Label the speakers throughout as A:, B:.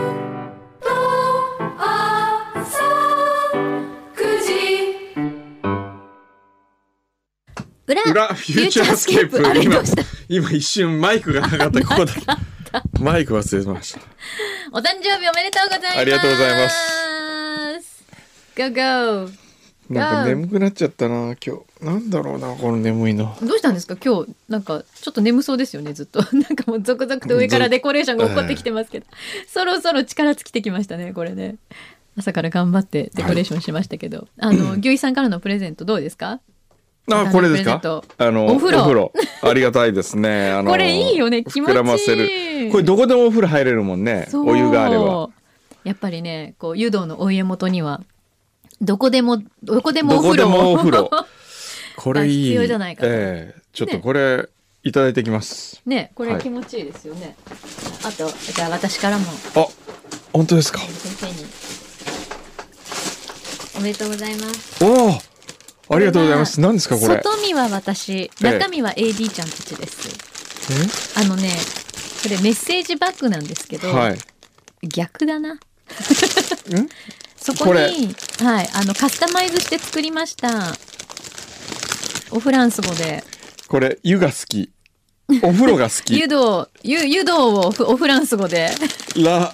A: プ」「とあさ9時」
B: 裏
C: 裏フューチャースケー
B: フ
C: プ
B: ューチャースケープあれど
C: 今
B: うした
C: 今一瞬マイクがなかったここだ マイク忘れてました
B: お誕生日おめでとうございます
C: ありがとうございます
B: Go go
C: なんか眠くなっちゃったな今日なんだろうなこの眠いの
B: どうしたんですか今日なんかちょっと眠そうですよねずっと なんかもう続々と上からデコレーションが起こってきてますけど、そろそろ力尽きてきましたねこれね朝から頑張ってデコレーションしましたけど、あの牛井さんからのプレゼントどうですか
C: あこれで
B: プレ
C: すか
B: ゼント
C: あの
B: お風呂
C: ありがたいですねあの
B: これいいよね気持ちいい
C: 膨らませるこれどこでもお風呂入れるもんね
B: そう
C: お湯があれば
B: やっぱりねこう湯道のお家元にはどこでもどこでも
C: ど
B: お
C: こ
B: 風
C: で
B: 呂
C: もお風 呂こ
B: が
C: れいい
B: 必要じゃないかと
C: ええちょっと
B: ね
C: これいただいてきます
B: ねこれ
C: はい
B: 気持ちいいですよね、あとじゃあ私からも
C: あ本当ですか
B: 先生におめでとうございます
C: おおありがとうございます何ですかこれ
B: 外見は私
C: ええ
B: 中身は AD ちゃんたちです、
C: ん
B: あのねこれメッセージバッグなんですけど、
C: はい
B: 逆だな
C: ん
B: そこ
C: これ
B: にはいあのカスタマイズして作りましたおフランス語で
C: これ湯が好 きお風呂が好
B: 湯
C: き
B: 道湯湯道をフおフランス語で
C: ラ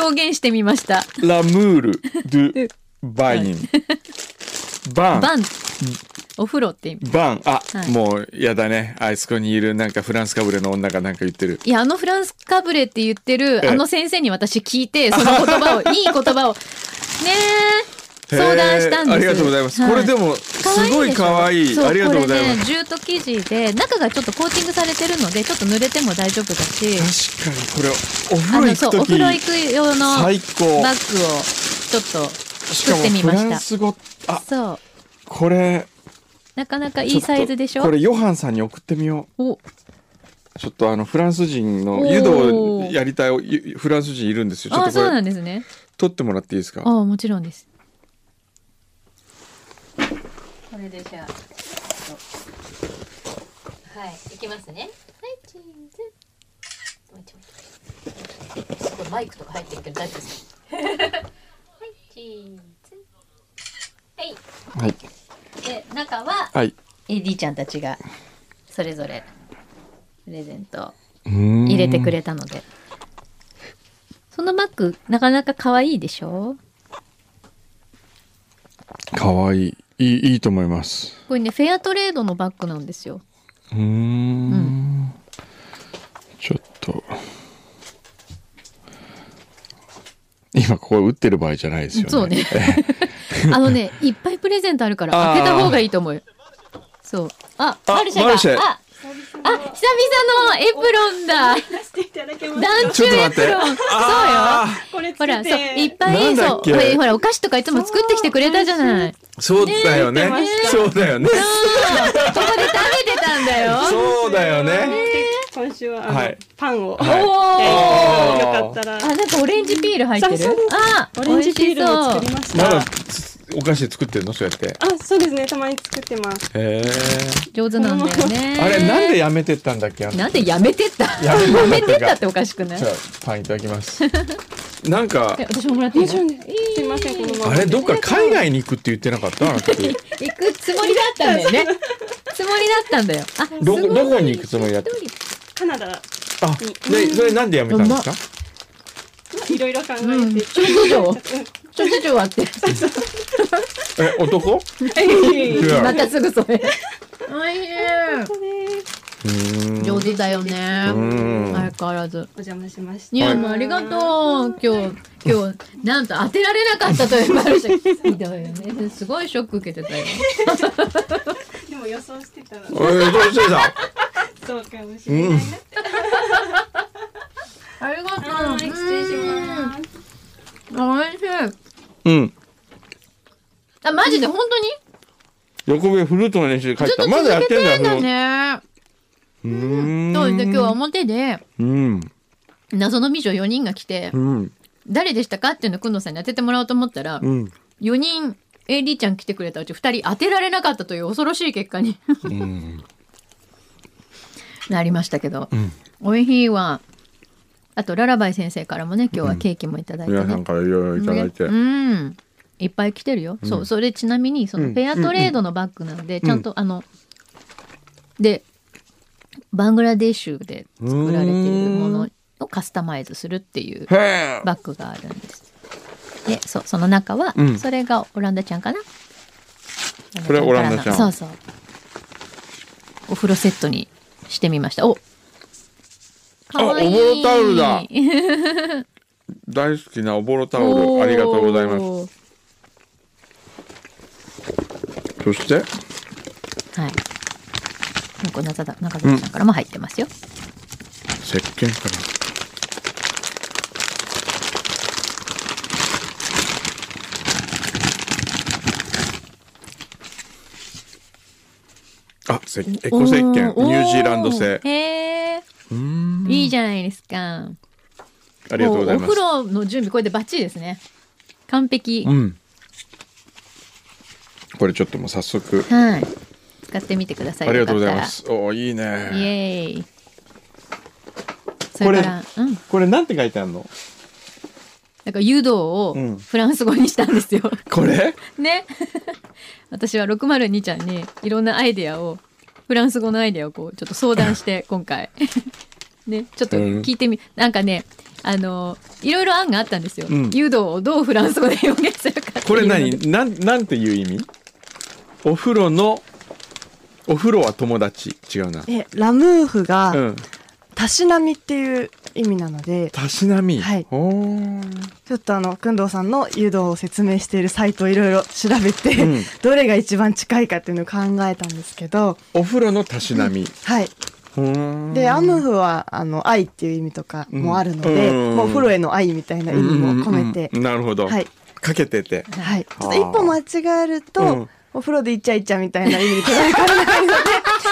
B: 表現してみました
C: ラムール・ド ゥ
B: で・
C: バイン。 バン。
B: バンお風呂って意味
C: バン。あ、
B: はい
C: もうやだね。あいつこにいるなんかフランスかぶれの女がなんか言って る。
B: いや、あのフランスかぶれって言ってる、
C: ええ
B: あの先生に私聞いて、その言葉を、いい言葉を、ねえ、相談したんです
C: へーありがとうございます。
B: は
C: これでも、すごい可愛い
B: でしょそう
C: ありがとうござい
B: これね、ジュート生地で、中がちょっとコーティングされてるので、ちょっと濡れても大丈夫だし、
C: ます。確かにこれ、お
B: あ
C: 風呂
B: の、
C: 行
B: そ
C: く
B: う、お
C: と
B: 風
C: き、
B: 呂行く用のバ
C: 最高。
B: ッグを、ちょっと、
C: しか
B: 作っ
C: も
B: てみ
C: フ
B: ました
C: ランス語、あ、
B: そう、
C: これ、
B: なかなかい
C: ちょ
B: い
C: っと
B: サイズでしょ
C: これ、ヨハンさんに送ってみよう。
B: お、
C: ちょっとあの、フランス人の湯
B: お
C: 道
B: ー
C: やりたいゆフランス人いるんですよ。ちょっ
B: あ、
C: と
B: そう
C: こ
B: なん
C: れ、
B: ですね。
C: 取ってもらっていいですか
B: あもちろんです。これでじゃあ。はい、いきますね。はい、チーズ。もう一枚すごいマイクとか入ってるけど大丈夫ですか。はい、チーズ。はい、
C: はい。
B: で中は
C: はい。
B: AD ちゃんたちがそれぞれプレゼントを
C: 入
B: 入れてくれたので。そのバッグなかなか可愛いでしょ。
C: かわいい。いい、いいと思います。
B: これねフェアトレードのバッグなんですよ
C: うーん。ちょっと。今ここ打ってる場合じゃないですよね。
B: そうね あのねいっぱいプレゼントあるから
C: あー
B: 開けた方がいいと思うよそうあ
C: あ
B: マルシェが
C: マルシェ
B: ああ久々のエプロンだ
D: していただけます
B: 団
C: ち
B: 中
C: ょっと
B: エ
C: 待
B: プ
C: って
B: ロン
C: あ
D: これつけて
B: ほらそういっぱ
C: ないんだ
B: そ
C: っ
B: う
C: け
B: ほらほらお菓子とかいつも作ってきてくれたじゃない
C: ーそうだよね
D: ね
C: そうだよね。
B: そこで食べてたんだよ
C: そうだよね。
D: 今週はあの、
C: はい
D: パンを、
C: はい
B: お
C: ー
D: よかったら
B: あなんかオレンジピール入ってる
D: そうそう
B: あ
D: オレンジピールを作
B: 美味
D: り
B: し
D: ま
C: ま
D: した、
C: だつお菓子作ってんのそうやって。
D: あそうですねたまに作ってます
C: へ
B: そう上手なんだよね
C: え。あれなんでやめてったんだっけあの
B: なんでやめてった
C: や
B: や
C: めてった
B: めてったっておかしくない
C: じゃあパンいただきます。 なんか
B: え、私ももらっていいの
D: すいませんこのまま
C: あれどっか海外に行くって言ってなかったあな たって
B: 行くつもりだったんだよね。つもりだったんだよ。あ、
C: ど
B: すごい
C: どこに行くつもりだった
B: 一
D: カナダ
C: あ、で、それなんでやめたんですか。
D: いろいろ考えて、
B: うん人諸事情人諸事情あって。
C: え、男。
D: はい
C: 違う
B: またすぐそれ。おいし
C: うーん
B: い。上手だよね。
C: うん
B: 相変わらず。
D: お邪魔しました
B: ニューもありがとう。今日、今日、なんと当てられなかったというマルシェ。ひどいよね。すごいショック受けてたよ。
D: でも予想してたら
C: おい、どうしてた。
D: そうかもしれないな、
B: ありがとう。
D: はい失礼します
B: うんおいしい。
C: うん。
B: あ、あマジで本当に
C: 横笛フルートの練習で帰っ。
B: ずったと
C: まだや
B: 続
C: っ
B: け
C: て
B: て
C: んだ
B: んだ。ね。
C: フルートうー
B: そ
C: ん。
B: うで今日は表で
C: うん。
B: 謎の美女4人が来て、
C: うん。
B: 誰でしたかっていうのをくんのさんに当ててもらおうと思ったら、
C: うん。
B: 4人 AD ちゃん来てくれたうち2人当てられなかったという恐ろしい結果になりましたけど、おいひいはあとララバイ先生からもね今日はケーキもいただいてね、
C: 皆さんからいろいろいただいて。
B: うん、いっぱい来てるよ、そうそれちなみにそのペアトレードのバッグなんで、ちゃんとあのでバングラデシュで作られているものをカスタマイズするっていう
C: へえ。
B: バッグがあるんですでそうその中は、
C: ん
B: それがオランダちゃんかな
C: これオランダちゃん
B: そうそうお風呂セットにしてみましたおかわいい
C: あおぼろタオルだ大好きなおぼろタオル、ありがとうございます。
B: す
C: そして、
B: はい。中田だ中田さんからも入ってますよ。
C: 石鹸かな。あ、せエコ石鹸、ニュ
B: お
C: ージーランド製。
B: へえ。いいじゃないですか。
C: ありがとうございま
B: もお
C: す。
B: 風呂の準備これでバッチリですね。完璧。
C: うん。これちょっともう早速、
B: はい。使ってみてください。
C: ありがとうございま
B: よ
C: す。おーいい
B: かったら。イ
C: ね。
B: エーイ。それから、うん。
C: これなんて書いてあるの
B: なんか誘導を
C: うん
B: フランス語にしたんですよ。
C: これ
B: ね。私は602ちゃんにいろんなアイデアを、フランス語のアイデアをこう、ちょっと相談 して、今回。ね、ちょっと聞いてみ、なんかね、あの、いろいろ案があったんですよ。
C: ん
B: 誘導をどうフランス語で表現するかっていう
C: これ
B: の
C: 何なん、なんていう意味お風呂の、お風呂は友達。違うな。
E: えラムーフが
C: うん。
E: たしなみっていう意味なので、
C: たしなみ。
E: はい
C: おー
E: ちょっとあの工藤さんの誘導を説明しているサイトをいろいろ調べて、
C: うん
E: どれが一番近いかっていうのを考えたんですけど、
C: お風呂のたしなみ。
E: はい、
C: うーん
E: で、アムフはあの愛っていう意味とかもあるので、
C: うん
E: もうお風呂への愛みたいな意味も込めて
C: うん、うんうんなるほど。
E: はい
C: かけて て。
E: はい、ちょっと一歩間違えると、
C: うん
E: お風呂でイチャイチャみたいな意味に取られかねないので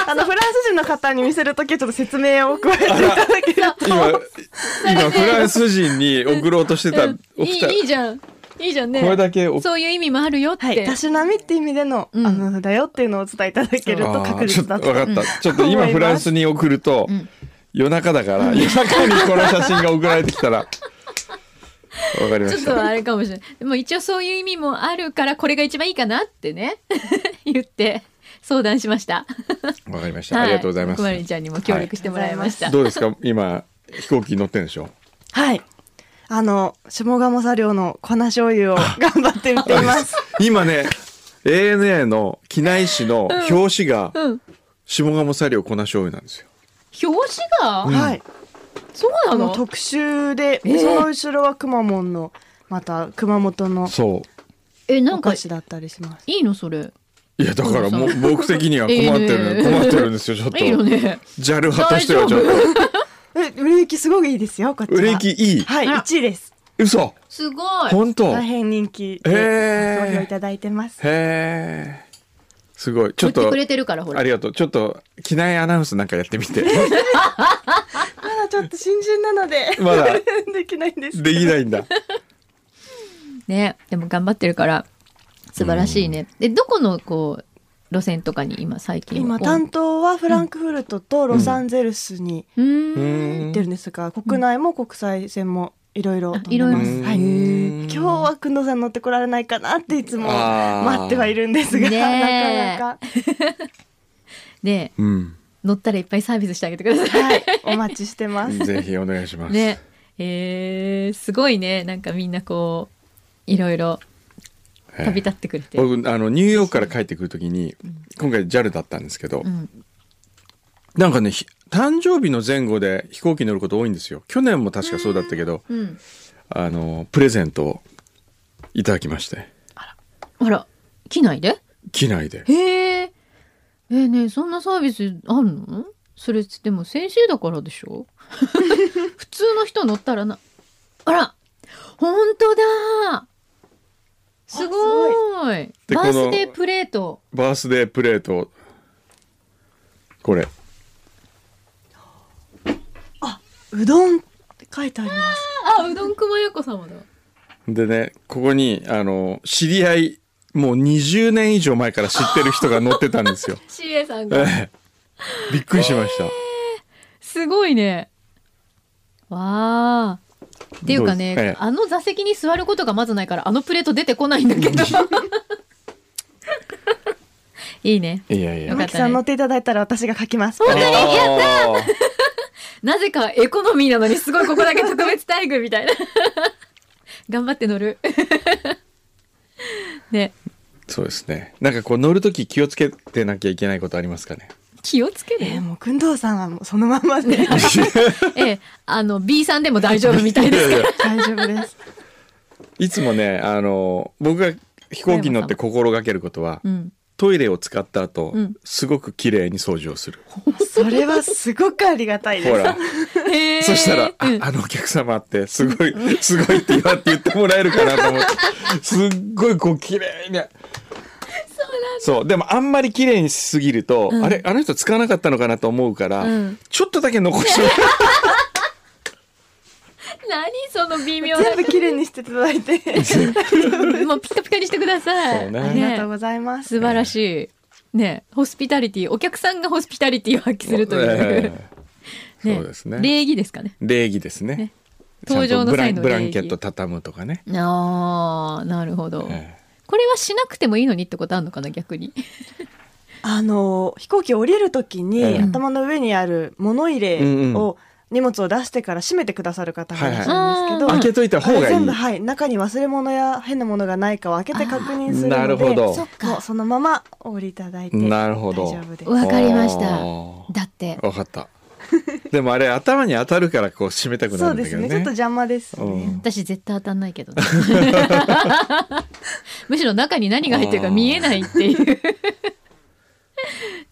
E: あのフランス人の方に見せるときはちょっと説明を加えていただけると
C: 今、今、フランス人に送ろうとしてた、
B: うん
C: 送
B: い
C: った
B: い、いいじゃん。いいじゃんね。
C: これだけ送っ
B: そういう意味もあるよって。
E: はい、たしなみって意味での、
B: うん
E: あのだよっていうのをお伝えいただけると確率だ
C: あーちょっと
E: と
C: わかった。ちょっと今
E: 思います
C: フランスに送ると、
B: ん
C: 夜中だから、夜中にこの写真が送られてきたら、わかりま
B: ちょっ
C: した。
B: とあれかもしれない。でも一応そういう意味もあるから、これが一番いいかなってね、 言って相談しました。
C: わかりました。ありがとうございます。
B: は602ちゃんにも協力してもらいました。
C: どうですか今、飛行機に乗ってるんでしょ
E: はいあの下鴨砂料の粉醤油を頑張ってみています
C: 今ね、ANA の機内誌の表紙が、
B: うん。
C: 下鴨砂料粉醤油なんですよ。
B: 表紙が、
E: はい
B: そう
E: あ
B: な
E: の
B: の
E: 特集で、
B: えー
E: その後ろはくまモンのまた熊本の
C: そ
B: え、な
E: お
B: んか、
E: 菓
B: い
E: 子だったりします
B: いのそれ。
C: う。いや、だからもう、僕的には困ってる、
B: ANA
C: 困ってるんですよ、ちょっと。
B: いいよね。
C: ジャル派としてはちょっ
B: 大
C: と。
E: え売れ行きすごくいいですよこちら
C: 売れ行きいい。
E: はい
B: あ
E: 1位です
C: 嘘
B: すごい。
C: 本当
E: 大変人気
C: へ
E: で
C: ー
E: ご利用いただいてます
C: へえ。すごい。ちょ
B: 売
C: っ
B: って
C: と
B: く、れてるから、ほら。
C: ありがとう。ちょっと、機内アナウンスなんかやって みて。
E: まだちょっと新人なので
C: まだ、
E: できないんです
C: できないんだ。
B: ね。でも頑張ってるから、素晴らしいね。で、どこの、こう、路線とかに今、最近は
E: 今担当はフランクフルトとロサンゼルスに
B: うーん。
E: 行ってるんですが、国内も国際線もいろいろ飛んで
B: あいろ
E: ま
B: い
E: す
B: ろ
E: はい、今日はくんどさん乗ってこられないかなっていつも待ってはいるんですが、
B: あー
E: なかなか
B: ね
C: うん。
B: 乗ったらいっぱいサービスしてあげてください。
E: はいお待ちしてます
C: ぜひお願いします。
B: ね。えー、すごいね。なんかみんなこう、いろいろ
C: ええ
B: 旅立ってくれて。
C: 僕あのニューヨークから帰ってくるときに、今回 JAL だったんですけど、
B: ん
C: なんかねひ誕生日の前後で飛行機乗ること多いんですよ去年も確かそうだったけど、
B: うん。
C: あのプレゼントをいただきまして
B: あら、機内で
C: 機内で
B: へえ。えーねえそんなサービスあるのそれでも先週だからでしょ 普通の人乗ったらな。あら本当だすごい
C: で
B: バ
C: こ
B: ー
C: の
B: スデープレート
C: バースデープレートこれ
E: うどんって書いてあります。
B: あうどんくまよこ様だ
C: でねここにあの知り合いもう20年以上前から知ってる人が乗ってたんで すよ
B: CA さんが
C: ええびっくりしました、
B: すごいねわあっていうかね、
C: どうですええ
B: あの座席に座ることがまずないからあのプレート出てこないんだけ どいいね
C: いやいや
B: よか
E: 山
B: っ
E: 木
B: たね
E: さん乗っていただいたら私が書きます。
C: あー
B: なぜかエコノミーなのにすごいここだけ特別待遇みたいな 頑張って乗る ね
C: そうですねなんかこう乗る時気をつけてなきゃいけないことありますかね
B: 気をつける
E: えー、もうくんどうさんはもうそのまま で
B: ええあの B さんでも大丈夫みたい
C: い
B: で
C: や
B: す
C: い
B: から
C: や
E: 大丈夫です。
C: いつもねあの僕が飛行機に乗って心がけることは
B: うん
C: トイレを使った後、
B: うん
C: すごく綺麗に掃除をする
E: それはすごくありがたいです。
C: ほら
B: へえ
C: そしたら、あ
B: うん
C: あのお客様ってすごい、すごいって言わって言ってもらえるかなと思って、すっごいこう綺麗に。そう、でもあんまり綺麗にしすぎると、
B: うん
C: あれ、あの人使わなかったのかなと思うから、
B: うん
C: ちょっとだけ残してる。
B: 何その微妙な
E: 全部綺麗にしていただいて
B: もうピカピカにしてください
C: そうね
E: ありがとうございます。
B: 素晴らしいねホスピタリティお客さんがホスピタリティを発揮するという、
C: ええ
B: ね
C: そうですね。
B: 礼儀ですかね
C: 礼儀ですね
B: ね。
C: ちゃんと
B: 登場の際の
C: ブラン
B: 礼儀
C: ブランケット畳むとかね。
B: あーなるほど、
C: え
B: これはしなくてもいいのにってことあるのかな逆に
E: あの飛行機降りるときに、
C: うん
E: 頭の上にある物入れを、
C: うんうん
E: 荷物を出してから閉めてくださる方がいらっしゃるんですけ
C: え
E: ど、
B: はいはい
C: 開けといた
E: あ
C: 方
E: れ
C: がいい。
E: 全部はい中に忘れ物や変なものがないかを開けて確認するので、
C: なるほど
E: そっかもうそのままお降りいただいて
C: なるほど
E: 大丈夫です。
B: わかりました
C: あー
B: だって
C: わかった。でもあれ頭に当たるからこう締めたく
E: そ
C: なる
E: うん
C: だけ
E: です
C: どね。
E: ねちょっと邪魔です
C: うん
E: ね。
B: 私絶対当たんないけ どねむしろ中に何が入ってるか見えないっていう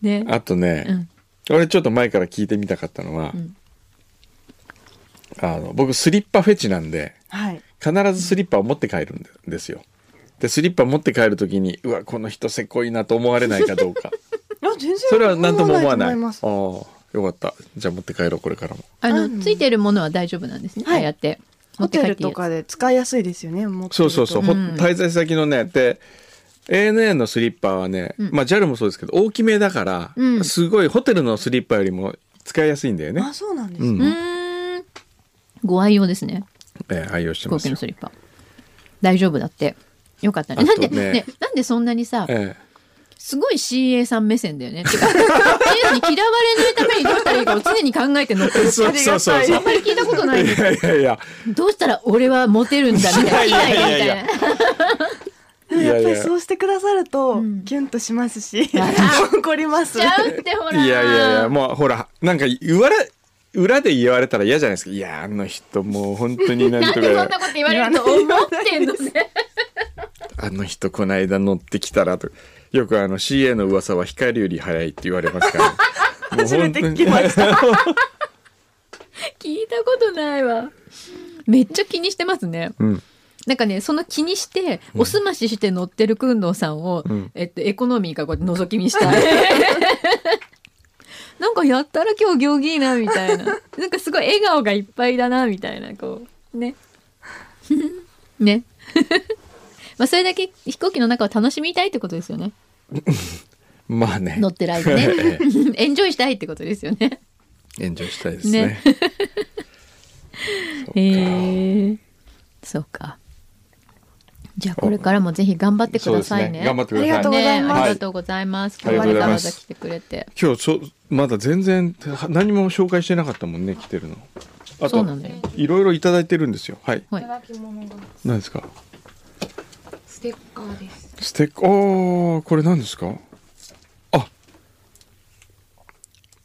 B: ね
C: あとね、
B: うん
C: 俺ちょっと前から聞いてみたかったのは、
B: うん
C: あの僕スリッパフェチなんで
E: はい。
C: 必ずスリッパを持って帰るんですよ。でスリッパ持って帰る時にうわこの人せこいなと思われないかどうか
E: あ全然
C: それは何とも思わない。
E: と
C: ああ
E: ます
C: ーよかったじゃあ持って帰ろうこれからも。
B: あ
E: う
B: の
E: ん
B: ついてるものは大丈夫なんですね、
E: はい
B: ああやって持
E: ホ
B: って
E: テ
B: 帰っ
E: ル
B: ていい
E: と
B: や
E: かで使いやすいですよね。持ってると
C: そうそうそう、ほ
B: うん
C: 滞在先のねで ANA のスリッパはね、
B: うん
C: まあ JAL もそうですけど大きめだから、
B: うん
C: すごいホテルのスリッパよりも使いやすいんだよね
E: あ。そうなんです
C: う
E: ね。
C: ん
B: つうーんご愛用ですね
C: えー愛用して
B: 飛
C: ま
B: 行
C: す
B: 機
C: よ
B: の。スリッパ大丈夫だってよかったね
C: あ
B: なん
C: と
B: で
C: ね
B: ねなんでそんなにさ
C: ええ
B: すごい CA さん目線だよね てか CA さんに嫌われないためにどうしたらいいかを常に考えて乗ってる
C: そうそうそうそう。
B: あんまり聞いたことない
C: いやいやいや。
B: どうしたら俺はモテるんだみたいな。
C: いやいやいやいや
B: みたいな
E: でも やっぱ
C: いや
E: り
C: いや
E: そうしてくださると、
B: ん
E: キュンとしますし、 怒ります
B: ち。ゃうってほら。
C: いやいやいや、もうほら、なんか言われ、裏で言われたら嫌じゃないですか。いや、あの人もう本当に
B: な
C: 何
B: ん
C: と
B: でそんな
C: か、
B: こと言われると思ってんのね。
C: あの人こないだ乗ってきたらとか。よくあの CA の噂は光より早いって言われますから。。
E: 初めて聞きました
B: 聞いたことないわ。めっちゃ気にしてますね。
C: うん。
B: なんかね、その気にして、おすましして乗ってるくんどうさんを、
C: ん
B: えっと、エコノミーからこうやって覗き見 したい。なんかやったら今日行儀いいな、みたいな。なんかすごい笑顔がいっぱいだな、みたいな、こう。ね。 ね。 まあ、それだけ飛行機の中を楽しみたいってことですよね。
C: まあね。
B: 乗。ってる間ね
C: え
B: エンジョイしたいってことですよね。
C: えエンジョイしたいですね。
B: へえ。そうか。じゃあこれからもぜひ頑張ってく
C: そう
B: だ
C: です
B: さいね。
C: ね。頑張ってください。
E: ありがとうござい
B: ね、
E: ます
B: ありがとうございます。
C: はい
B: 今日わざわざ来てくれて。
C: 今日そうまだ全然何も紹介してなかったもんね来てるの
B: そ
C: あ
B: う
C: と
B: なのよ。
C: いろいろいただいてるんですよはい
B: はい
D: ただき物が
C: 何ですか
D: ステッカーです。
C: ステッカーあーこれ何ですかあ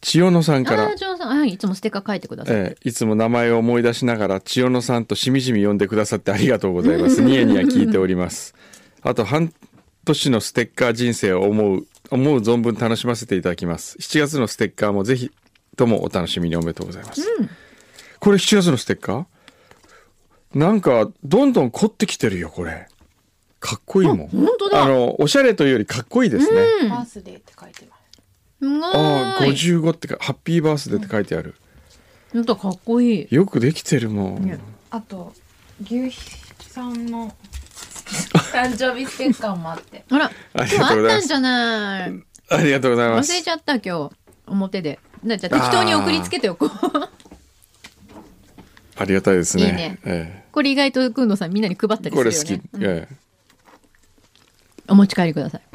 C: 千代野さんか
B: あ
C: ら
B: あ、ジョンさん、はい、いつもステッカー書いてください。
C: えーいつも名前を思い出しながら千代野さんとしみじみ呼んでくださってありがとうござい ますニヤニヤ聞いておりますあと半年のステッカー人生を思う思う存分楽しませていただきます7月のステッカーもぜひともお楽しみにおめでとうございます、これ7月のステッカーなんかどんどん凝ってきてるよこれかっこいいもん
B: 本当
C: あ
B: だ
C: のおしゃれというよりかっこいいですね、
D: バースデーって書いてます。
B: すご
C: ああ
B: い
C: 55ってかハッピーバースデーって書いてある、
B: 本当かっこいい
C: よくできてるもん、
B: ね
D: あと牛肥さんの誕生日ステッカーもあって。
B: あら
C: あり
B: 今
C: が
B: 日
C: とう
B: あっ
C: ござ
B: たん
C: います
B: じゃない
C: ありがとうございま
B: 忘れ
C: す
B: ちゃった今日表でなじゃあ適当に送りつけておこう
C: ありがたいですね
B: いいね
C: え
B: これ意外とくんのさんみんなに配った
C: え
B: り
C: これ
B: す
C: 好
B: るよ
C: き、
B: ねうん
C: ええ
B: お持ち帰りください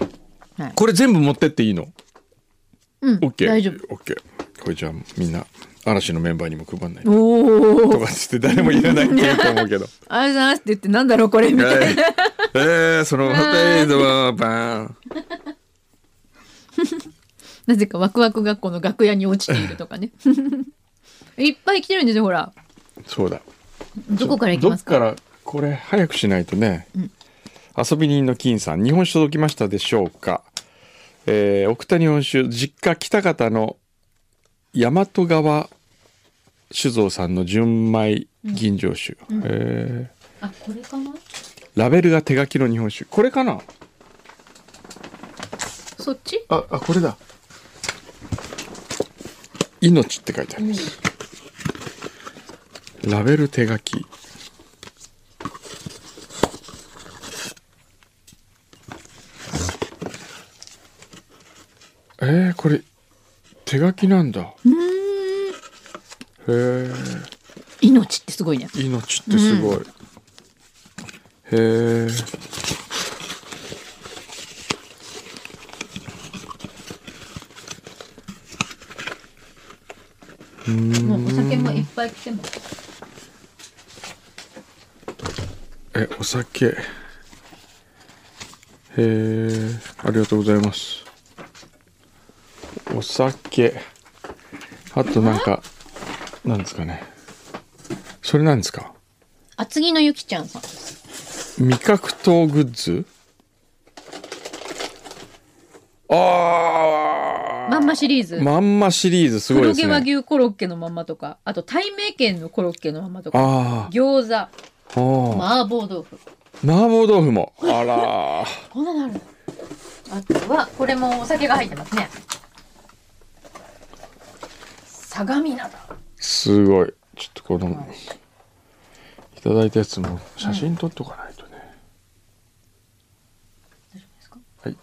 C: これ全部持ってっていいの
B: うん
C: OK
B: 大丈夫
C: OK これじゃあみんな嵐のメンバーにも配んないと
B: おお
C: かつって誰もいらないって言うと思 うけど
B: ありがとうございますって言ってなんだろうこれみたいな
C: ええええその程度はバーン
B: なぜかワクワク学校の楽屋に落ちていると かねいっぱい来てるんですよほら
C: そうだ
B: どこから行きますか
C: どっからこれ早くしないとね、遊び人の金さん日本酒届きましたでしょうか、えー、奥谷本酒実家北方の大和川酒造さんの純米吟醸酒、えー
B: あこれかな
C: ラベルが手書きの日本酒これかな
B: そっち
C: ああこれだ「命」って書いてあります、ラベル手書きえー、これ手書きなんだへえ
B: 命ってすごいね
C: 命ってすごい、へえ
B: もうお酒もいっぱい来てます
C: えお酒へえありがとうございますお酒あとなんかなんですかねそれなんですか
B: 厚木のゆきちゃんさん
C: 味覚糖グッズあ
B: まんまシリーズ、
C: ーまんまシリーズすごい
B: 黒
C: です
B: 毛和
C: ね
B: 牛コロッケのまんまとかあと対名県のコロッケのまんまとか
C: あ
B: 餃子
C: ーあー
B: 麻婆豆腐
C: 麻婆豆腐もあらー
B: こんなのあるあとはこれもお酒が入ってますね相模灘
C: すごいちょっとこのいただいたやつも写真撮っとかないとね、はい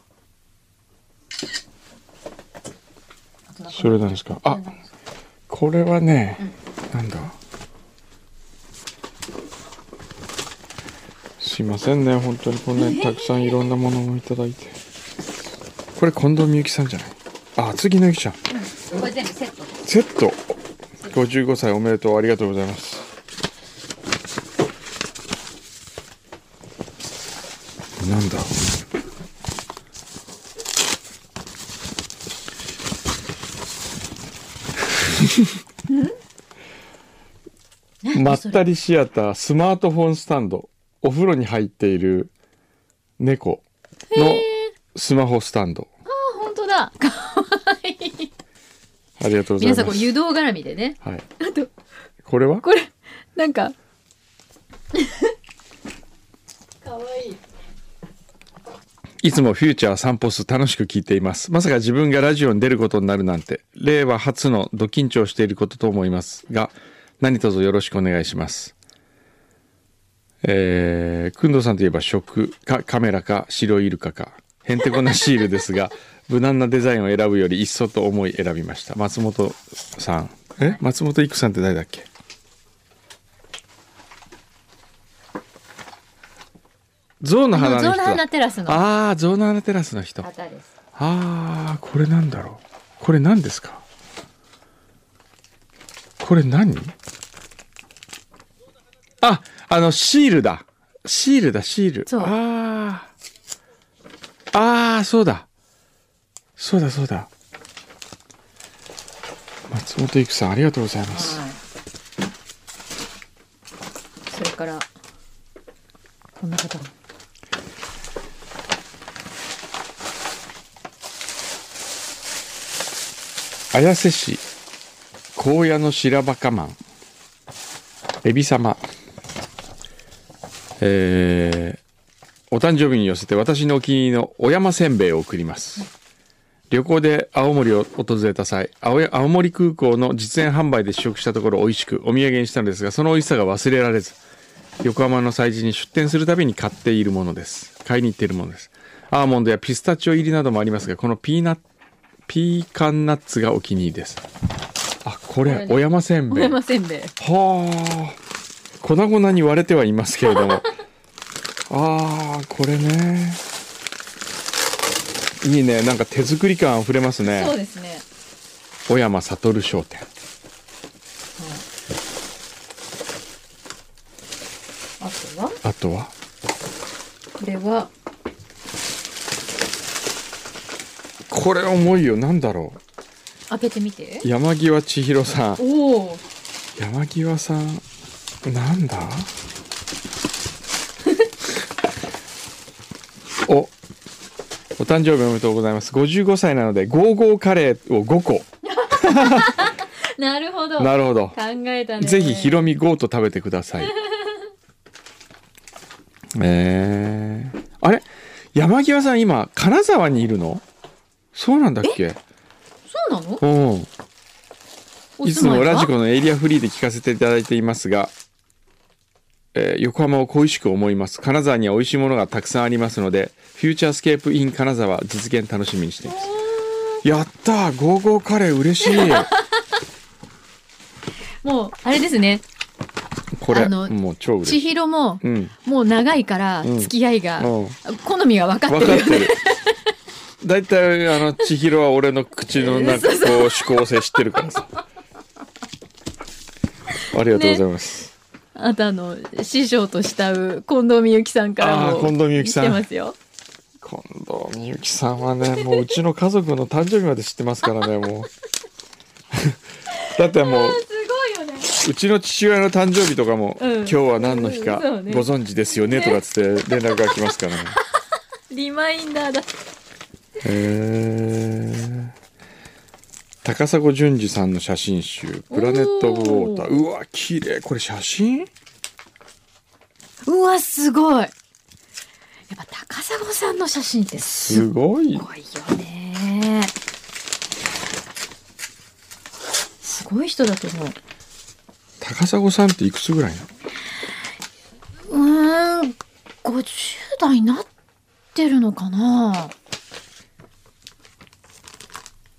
C: それなんですかあこれはね、なんだすいませんね本当にこんなにたくさんいろんなものをいただいてこれ近藤美由紀さんじゃないあ厚木のゆきちゃん
B: これ全部セット
C: セット55歳おめでとうありがとうございますなんだまったりシアタースマートフォンスタンドお風呂に入っている猫のスマホスタンド
B: 本当だ
C: ありがとうござい
B: 皆
C: ます
B: さんこれ湯道絡みでね
C: はい、
B: あと
C: これは
B: これなんか
C: いつもフューチャー散歩数楽しく聞いています。まさか自分がラジオに出ることになるなんて、令和初のド緊張していることと思いますが、何卒よろしくお願いします。えー、くんどうさんといえば食かカメラか白イルカか、へんてこなシールですが、無難なデザインを選ぶより一層と思い選びました。松本さん。え松本育さんって誰だっけ象の花
B: ゾ
C: の
B: ウ
C: 人
B: の
C: だ
B: 花テラスの
C: ああゾウの穴テラスの人あ
B: 方です
C: あーこれなんだろうこれ何ですかこれ何ああのシールだシールだシール
B: そう
C: あーあーそうだそうだそうだ松本育さんありがとうございます
B: はいそれからこんな方も
C: 綾瀬市高野の白バカマンエビ様えーお誕生日に寄せて私のお気に入りのお山せんべいを送ります旅行で青森を訪れた際青や青森空港の実演販売で試食したところ美味しくお土産にしたのですがその美味しさが忘れられず横浜の祭事に出店するたびに買っているものです買いに行っているものですアーモンドやピスタチオ入りなどもありますがこのピーナッピーカンナッツがお気に入りですあこれお山せん
B: お
C: べい
B: 山せんべい
C: はあ粉々に割れてはいますけれども ああこれねいいねなんか手作り感あふれます
B: そう
C: ね
B: ですね
C: 小山悟商店
B: あとは
C: あとは
B: これは
C: これ重いよなんだろ
B: 開けてみて
C: う山際千尋さん
B: おお
C: 山際さんな んだおお誕生日おめでとうございます55歳なのでゴーゴーカレーを5個
B: なるほど
C: なるほど
B: 考えたね
C: ぜひひろみゴーと食べてください。 えー、あれ山際さん今金沢にいるのそうなんだっけ
B: そうなの
C: うん。
B: お
C: いつ
B: 住ま
C: も
B: いは
C: ラジコのエリアフリーで聞かせていただいていますが、えー横浜を恋しく思います。金沢には美味しいものがたくさんありますので、フューチャースケープイン金沢実現楽しみにしています。やったーゴーゴーカレー嬉し い
B: もうあれですね
C: これ、
B: あの
C: もう超嬉
B: 千
C: しい。
B: 尋も
C: うん。
B: もう長いから
C: ん
B: 付き合いが、
C: うん
B: 好みが分かっ
C: 分
B: て
C: か
B: る
C: っ
B: よ
C: て
B: ね
C: る。大体あの千尋は俺の口のなんかこう趣向性知ってるからさ。ありがとうございます。
B: あとあの師匠と慕う近藤美由紀さんから
C: あ
B: も
C: ー近藤美由紀さん
B: 来てますよ
C: 近藤美由紀さんはね、もううちの家族の誕生日まで知ってますからね、もう。 だってもう
B: すごいよね
C: うちの父親の誕生日とかも、
B: うん
C: 今日は何の日か
B: うんそうね
C: ご存知ですよねとかっつって連絡が来ますからね。
B: リマインダーだ
C: へー高砂淳二さんの写真集「プラネット・オブ・ウォーター」うわ綺麗これ写真
B: うわすごいやっぱ高砂さんの写真ってす
C: すごい
B: ごいよねすごい人だと思う
C: 高砂さんっていくつぐらいな
B: う
C: の
B: ーん50代になってるのかな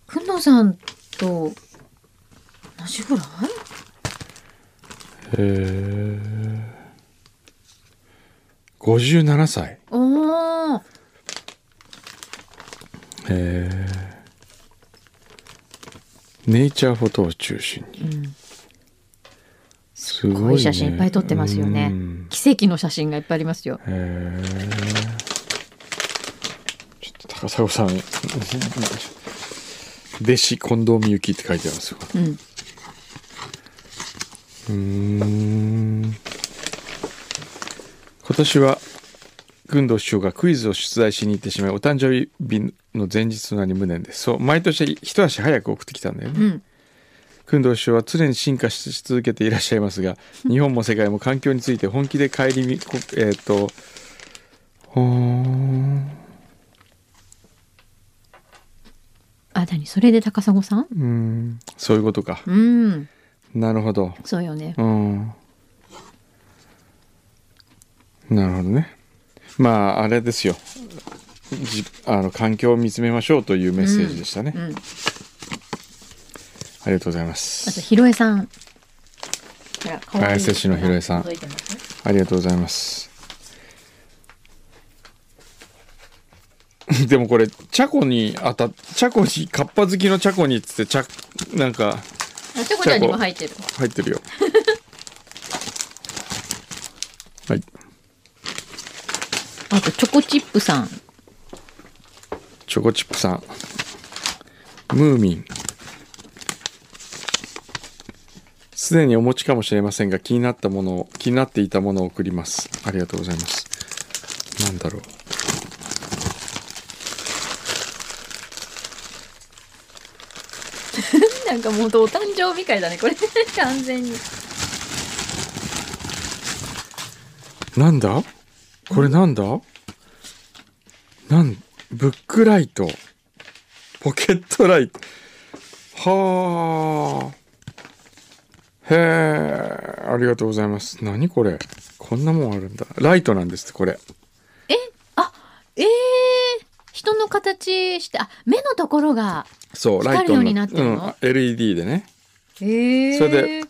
B: くのさんと同じぐらい
C: へえ57歳
B: おー
C: へえネイチャーフォトを中心に、すごい,、ね、
B: こういう写真いっぱい撮ってますよね
C: うん
B: 奇跡の写真がいっぱいありますよ
C: へえちょっと高砂さん弟子近藤美幸って書いてあるんですよ
B: うん
C: うーん今年は軍藤首相がクイズを出題しに行ってしまいお誕生日の前日となり無念ですそう毎年一足早く送ってきたんだよね、
B: うん
C: 工藤首相は常に進化し続けていらっしゃいますが日本も世界も環境について本気で顧みこえっ、とほーん
B: あ何それで高砂さん
C: うーんそういうことか
B: うん
C: なるほど
B: そうよね
C: うんなるほどねまああれですよじあの環境を見つめましょうというメッセージでしたね、
B: うん
C: ありがとうございま
B: あと
C: す
B: ひろえさんほら可愛い
C: 綾瀬市のひろえさん
D: 届いてます
C: ありがとうございます。でもこれ、チャコに当たっ、チャコに、カッパ好きのチャコにっつって、チャ、なん
B: あ
C: か、
B: ちょこちゃんにも入ってる
C: 入ってるよ。 はい。
B: あとチョコチップさん
C: チョコチップさん。ムーミン。すでにお持ちかもしれませんが、気になったものを、気になっていたものを送ります。ありがとうございます。なんだろう。
B: なんかもうお誕生日会だねこれ 完全に
C: なんだこれなんだブックライトポケットライトはあへえありがとうございます何これこんなもんあるんだライトなんですってこれ
B: ええ人の形してあ目のところが
C: そうライ
B: 光る
C: ト
B: ようになってるの
C: うん、LED でね
B: ええ
C: それで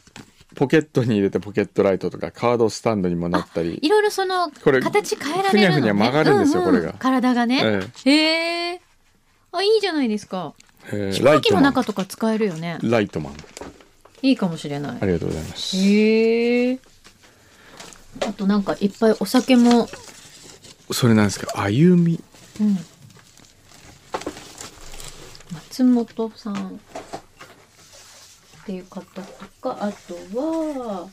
C: ポケットに入れてポケットライトとかカードスタンドにもなったり
B: いろいろその
C: これ
B: 形変えられるの、ね、
C: ふにゃふにゃ曲がるんです
B: う
C: よ
B: う
C: これが
B: 体がね
C: え
B: へえあいいじゃないですか
C: えへえ
B: 飛
C: ラ
B: 行
C: イ
B: 機
C: ト
B: の
C: マン
B: 中とか使えるよね
C: ライトマン
B: いいかもしれない
C: ありがとうございます
B: へえあとなんかいっぱいお酒も、
C: それなんですけど歩み
B: うん、松本さんっていう方とかあとは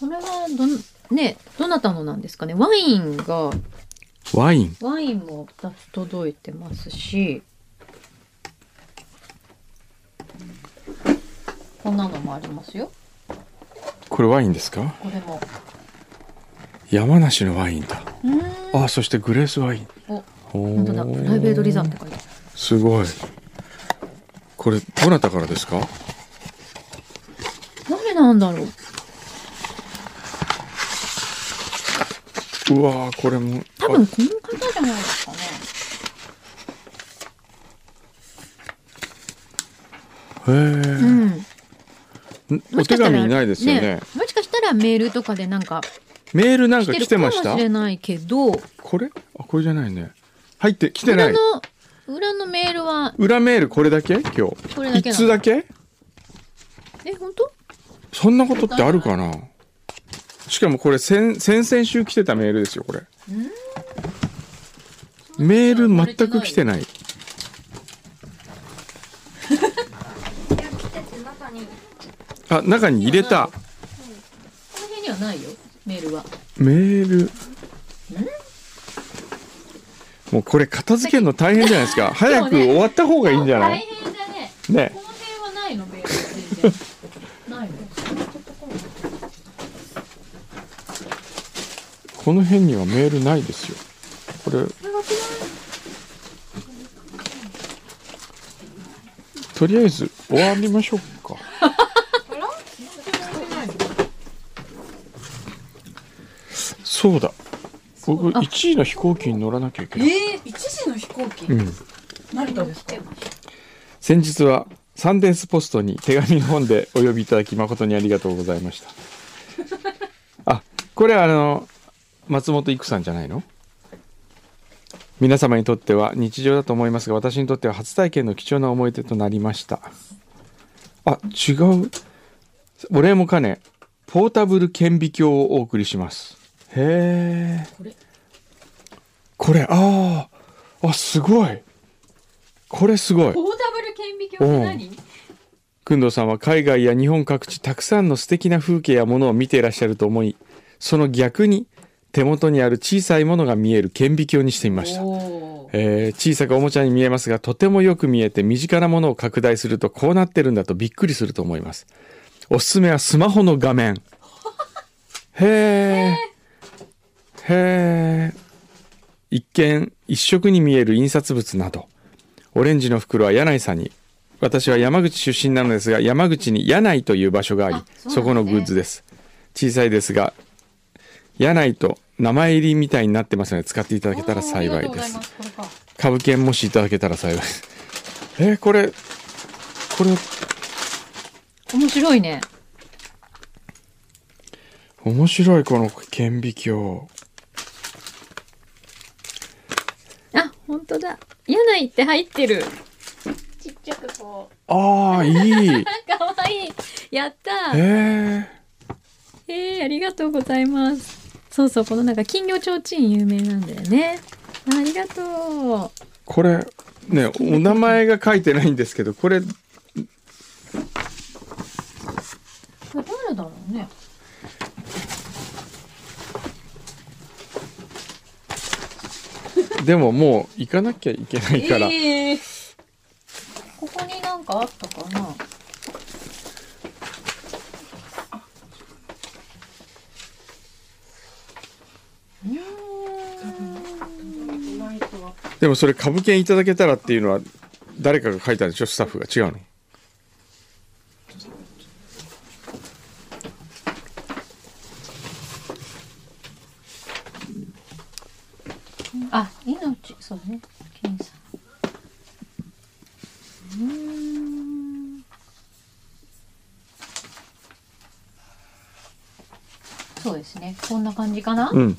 B: これはどんねどなたのなんですかねワインが
C: ワイン
B: ワインも2つ届いてますしこんなのもありますよ
C: これワインですか
B: これも
C: 山梨のワインだ
B: うーん
C: あそしてグレースワイン
B: お
C: 本
B: 本当だプライベートリザーブって書いてある
C: すごいこれどなたからですか
B: 誰なんだろう
C: うわーこれも
B: 多分この方じゃないですかね
C: あへー
B: うん
C: んお手紙ないですよね
B: もしかしたらメールとかでなんか
C: メールなん
B: 来
C: か
B: て
C: 来
B: る
C: て
B: か
C: ま
B: も
C: し
B: したれないけど
C: これあこれじゃないね入って来てな
B: 裏
C: い
B: の裏のメールは
C: 裏メールこれだけ今日
B: これだけな
C: 一通
B: の
C: だけ
B: え本当
C: そんなことってあるかなしかもこれ先先々週来てたメールですよこれメール全く来てないあ中に入れた
B: この辺にはないよメールは
C: メールもうこれ片付けるの大変じゃないですか早く終わった方がいいんじゃな
B: 大
C: い
B: 変だね
C: ね
B: この辺はないのメール全然ないの
C: この辺にはメールないですよこれとりあえず終わりましょうかそうだ僕1位の飛行機に乗らなきゃいけない
D: え一時の飛行機
C: うん
D: 成田ですか
C: 先日はサンデースポストに手紙の本でお呼びいただき誠にありがとうございましたあこれはあの松本育さんじゃないの皆様にとっては日常だと思いますが私にとっては初体験の貴重な思い出となりましたあ違うお礼も兼ねポータブル顕微鏡をお送りしますへえ
D: これ
C: これあーあすごいこれすごい
B: ポータブル顕微鏡って何
C: 工藤さんは海外や日本各地たくさんの素敵な風景やものを見ていらっしゃると思いその逆に手元にある小さいものが見える顕微鏡にしてみました、
D: おー
C: えー小さくおもちゃに見えますがとてもよく見えて身近なものを拡大するとこうなってるんだとびっくりすると思いますおすすめはスマホの 画面へえへえ一見一色に見える印刷物などオレンジの袋は柳井さんに私は山口出身なのですが山口に柳井という場所があり
B: あそうなんですね
C: そこのグッズです小さいですが柳井と名前入りみたいになってますので使っていただけたら幸
D: あ
C: い
D: りがとうご
C: で
D: ざ
C: す
D: ますこれか
C: 株券もしいただけたら幸いです。えーこれ、これ、
B: 面白いね
C: 面白い、この顕微鏡。
B: あ本当だ柳井って入ってる
C: ああ、いい。
B: かわいいやった
C: えー、
B: えー、ありがとうございます。そうそう、このなんか金魚提灯有名なんだよね。ありがとう。
C: これ、ね、お名前が書いてないんですけど、これ、
B: これ誰だろうね。
C: でももう行かなきゃいけないから、
B: えーここになんかあったかな。うーん
D: ライトは
C: でもそれ株券いただけたらっていうのは誰かが書いたんでしょスタッフが違うの
B: あ、命、そうね。検査。うーん。そうですね。こんな感じかな。
C: うん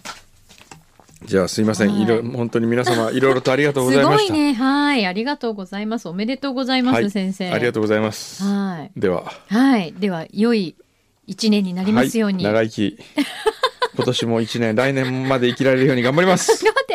C: じゃあすいません、
B: はい
C: いろ本当に 皆様いろいろとありがとうござ
B: す
C: いま
B: ご
C: し
B: い
C: た
B: ね。はい、ありがとうございます。おめでとうございます、
C: はい
B: 先生。
C: ありがと
B: う。
C: うございます
B: はい。
C: では
B: はい、では、良い一年に なりますように。
C: はい、長生き今年も一年来年まで生きられるように頑張りま す
B: 頑張って